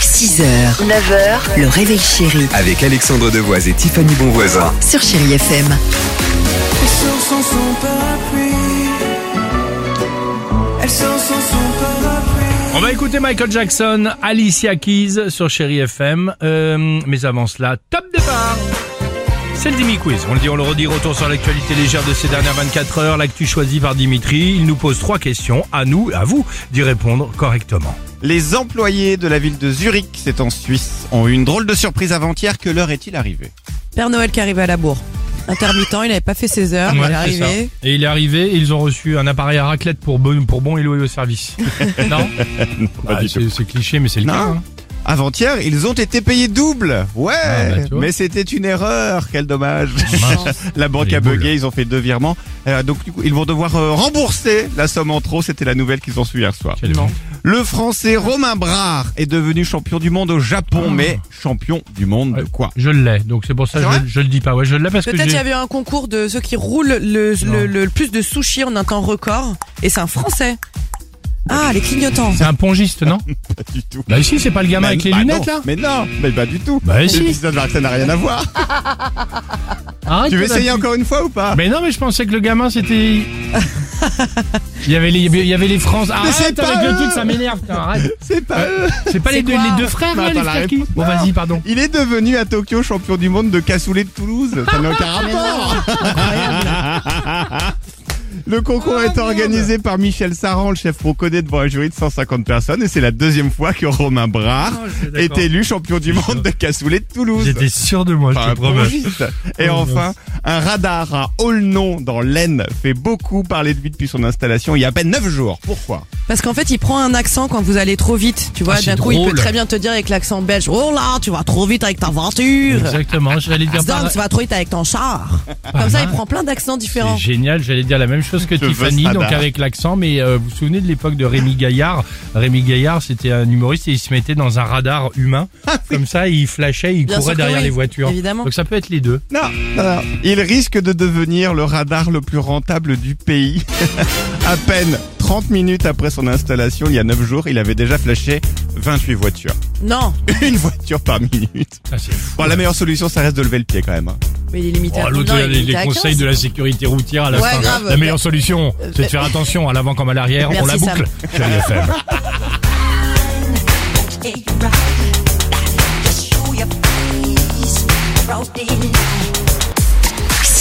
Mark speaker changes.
Speaker 1: 6h, 9h, le réveil chéri
Speaker 2: Avec Alexandre Devoise et Tiffany Bonvoisin.
Speaker 1: sur Chéri FM.
Speaker 3: Elle sort sans son parapluie. Elle sort sans son parapluie.
Speaker 4: On va écouter Michael Jackson, Alicia Keys sur Chéri FM. Euh, mais avant cela, top départ c'est le Dimi Quiz. On le dit, on le redit, retour sur l'actualité légère de ces dernières 24 heures, l'actu choisie par Dimitri. Il nous pose trois questions, à nous, à vous, d'y répondre correctement.
Speaker 5: Les employés de la ville de Zurich, c'est en Suisse, ont eu une drôle de surprise avant-hier. Que l'heure est-il arrivée
Speaker 6: Père Noël qui arrivait à la bourre. Intermittent, il n'avait pas fait ses heures,
Speaker 4: Ouais,
Speaker 6: il est
Speaker 4: c'est
Speaker 6: arrivé.
Speaker 4: ça. Et il est arrivé, et ils ont reçu un appareil à raclette pour bon, pour bon et loyaux service. non Bah,
Speaker 5: du
Speaker 4: C'est c'est cliché, mais c'est le
Speaker 5: Non.
Speaker 4: cas. hein.
Speaker 5: Avant-hier, ils ont été payés double. Ouais,
Speaker 4: Ah, bah, tu vois.
Speaker 5: mais c'était une erreur. Quel dommage.
Speaker 4: Mince.
Speaker 5: la banque
Speaker 4: Les
Speaker 5: a
Speaker 4: boules.
Speaker 5: bugué, ils ont fait deux virements. Euh, donc du coup, ils vont devoir euh, rembourser la somme en trop. C'était la nouvelle qu'ils ont su hier soir.
Speaker 4: Quel bon.
Speaker 5: Le Français Romain Brard est devenu champion du monde au Japon,
Speaker 4: Ah.
Speaker 5: mais champion du monde de
Speaker 4: Ouais.
Speaker 5: quoi
Speaker 4: Je l'ai, donc Euh, c'est pour ça
Speaker 5: C'est
Speaker 4: que je,
Speaker 5: vrai
Speaker 4: je le dis pas. Ouais, je l'ai parce que
Speaker 6: Peut-être il y
Speaker 4: j'ai...
Speaker 6: avait un concours de ceux qui roulent le, le, le- le plus de sushis en un temps record. Et c'est un Français. Ah, les clignotants.
Speaker 4: C'est un pongiste, non
Speaker 5: Pas du tout.
Speaker 4: Bah ici, c'est pas le gamin
Speaker 5: Mais-
Speaker 4: avec les
Speaker 5: bah
Speaker 4: lunettes
Speaker 5: non,
Speaker 4: là
Speaker 5: Mais non, mais pas du tout.
Speaker 4: Bah
Speaker 5: Et
Speaker 4: si. Ah,
Speaker 5: puis, Ça ça n'a rien à voir.
Speaker 4: Arrête,
Speaker 5: Tu
Speaker 4: on
Speaker 5: veux
Speaker 4: a
Speaker 5: essayer
Speaker 4: plus-
Speaker 5: encore une fois ou pas
Speaker 4: Mais non, mais je pensais que le gamin c'était. Il y avait les, il y avait les France.
Speaker 5: c'est
Speaker 4: Arrête
Speaker 5: pas
Speaker 4: avec le
Speaker 5: eux
Speaker 4: truc, ça m'énerve. putain, Arrête.
Speaker 5: C'est pas
Speaker 4: Ouais.
Speaker 5: eux.
Speaker 4: C'est pas les deux, les deux frères,
Speaker 5: Bah,
Speaker 4: là, les
Speaker 5: attends, la
Speaker 4: frères qui.
Speaker 5: réponse-
Speaker 4: Bon,
Speaker 5: Non.
Speaker 4: vas-y, pardon.
Speaker 5: Euh, Il est devenu à Tokyo champion du monde de cassoulet de Toulouse. Ça n'a aucun rapport. Le concours est organisé par Michel Saran, le chef reconnaît devant un jury de 150 personnes, et c'est la deuxième fois que Romain Brard
Speaker 4: Ah, je suis
Speaker 5: est
Speaker 4: d'accord.
Speaker 5: élu champion du monde de cassoulet de Toulouse.
Speaker 4: J'étais sûr de moi, je
Speaker 5: Enfin,
Speaker 4: te
Speaker 5: un
Speaker 4: promets.
Speaker 5: pongiste. Et enfin, un radar à Aulnon dans l'Aisne fait beaucoup parler de lui depuis son installation il y a à peine 9 jours. Pourquoi
Speaker 6: Parce qu'en fait, il prend un accent quand vous allez trop vite. Tu vois,
Speaker 4: Ah, c'est
Speaker 6: d'un coup, il peut
Speaker 4: drôle.
Speaker 6: très bien te dire avec l'accent belge Oh là, tu vas trop vite avec ta voiture.
Speaker 4: Exactement, j'allais dire.
Speaker 6: Zom,
Speaker 4: pareil.
Speaker 6: tu vas trop vite avec ton char.
Speaker 4: Pas
Speaker 6: Comme ça, il
Speaker 4: mal.
Speaker 6: prend plein
Speaker 4: Ah,
Speaker 6: d'accents
Speaker 4: C'est
Speaker 6: différents.
Speaker 4: génial, j'allais dire la même chose que
Speaker 5: Je veux
Speaker 4: Tiffany,
Speaker 5: ce
Speaker 4: donc
Speaker 5: radar.
Speaker 4: avec l'accent, mais euh, vous vous souvenez de l'époque de Rémi Gaillard Rémi Gaillard, c'était un humoriste et il se mettait dans un radar humain,
Speaker 5: Ah
Speaker 4: comme ça, et il flashait, il
Speaker 6: Bien sûr
Speaker 4: courait
Speaker 6: que
Speaker 4: derrière
Speaker 6: oui,
Speaker 4: les voitures.
Speaker 6: évidemment.
Speaker 4: Donc ça peut être les deux.
Speaker 5: Non, non, non. Il risque de devenir le radar le plus rentable du pays. à peine 30 minutes après son installation, il y a 9 jours, il avait déjà flashé 28 voitures.
Speaker 6: Non,
Speaker 5: Une voiture par minute.
Speaker 4: Ah, c'est fou.
Speaker 5: Bon, la meilleure solution, ça reste de lever le pied quand même. hein.
Speaker 6: mais il est limité
Speaker 4: Oh,
Speaker 6: à
Speaker 4: l'autre,
Speaker 6: non, il est
Speaker 4: les,
Speaker 6: limité
Speaker 4: les
Speaker 6: à
Speaker 4: conseils
Speaker 6: 15.
Speaker 4: de la sécurité routière à la
Speaker 6: Ouais,
Speaker 4: fin.
Speaker 6: grave.
Speaker 4: la meilleure solution, c'est de
Speaker 6: mais-
Speaker 4: faire attention à l'avant comme à l'arrière. On la
Speaker 6: Merci,
Speaker 4: boucle. Chérie FM.
Speaker 7: Just show your face, roasted.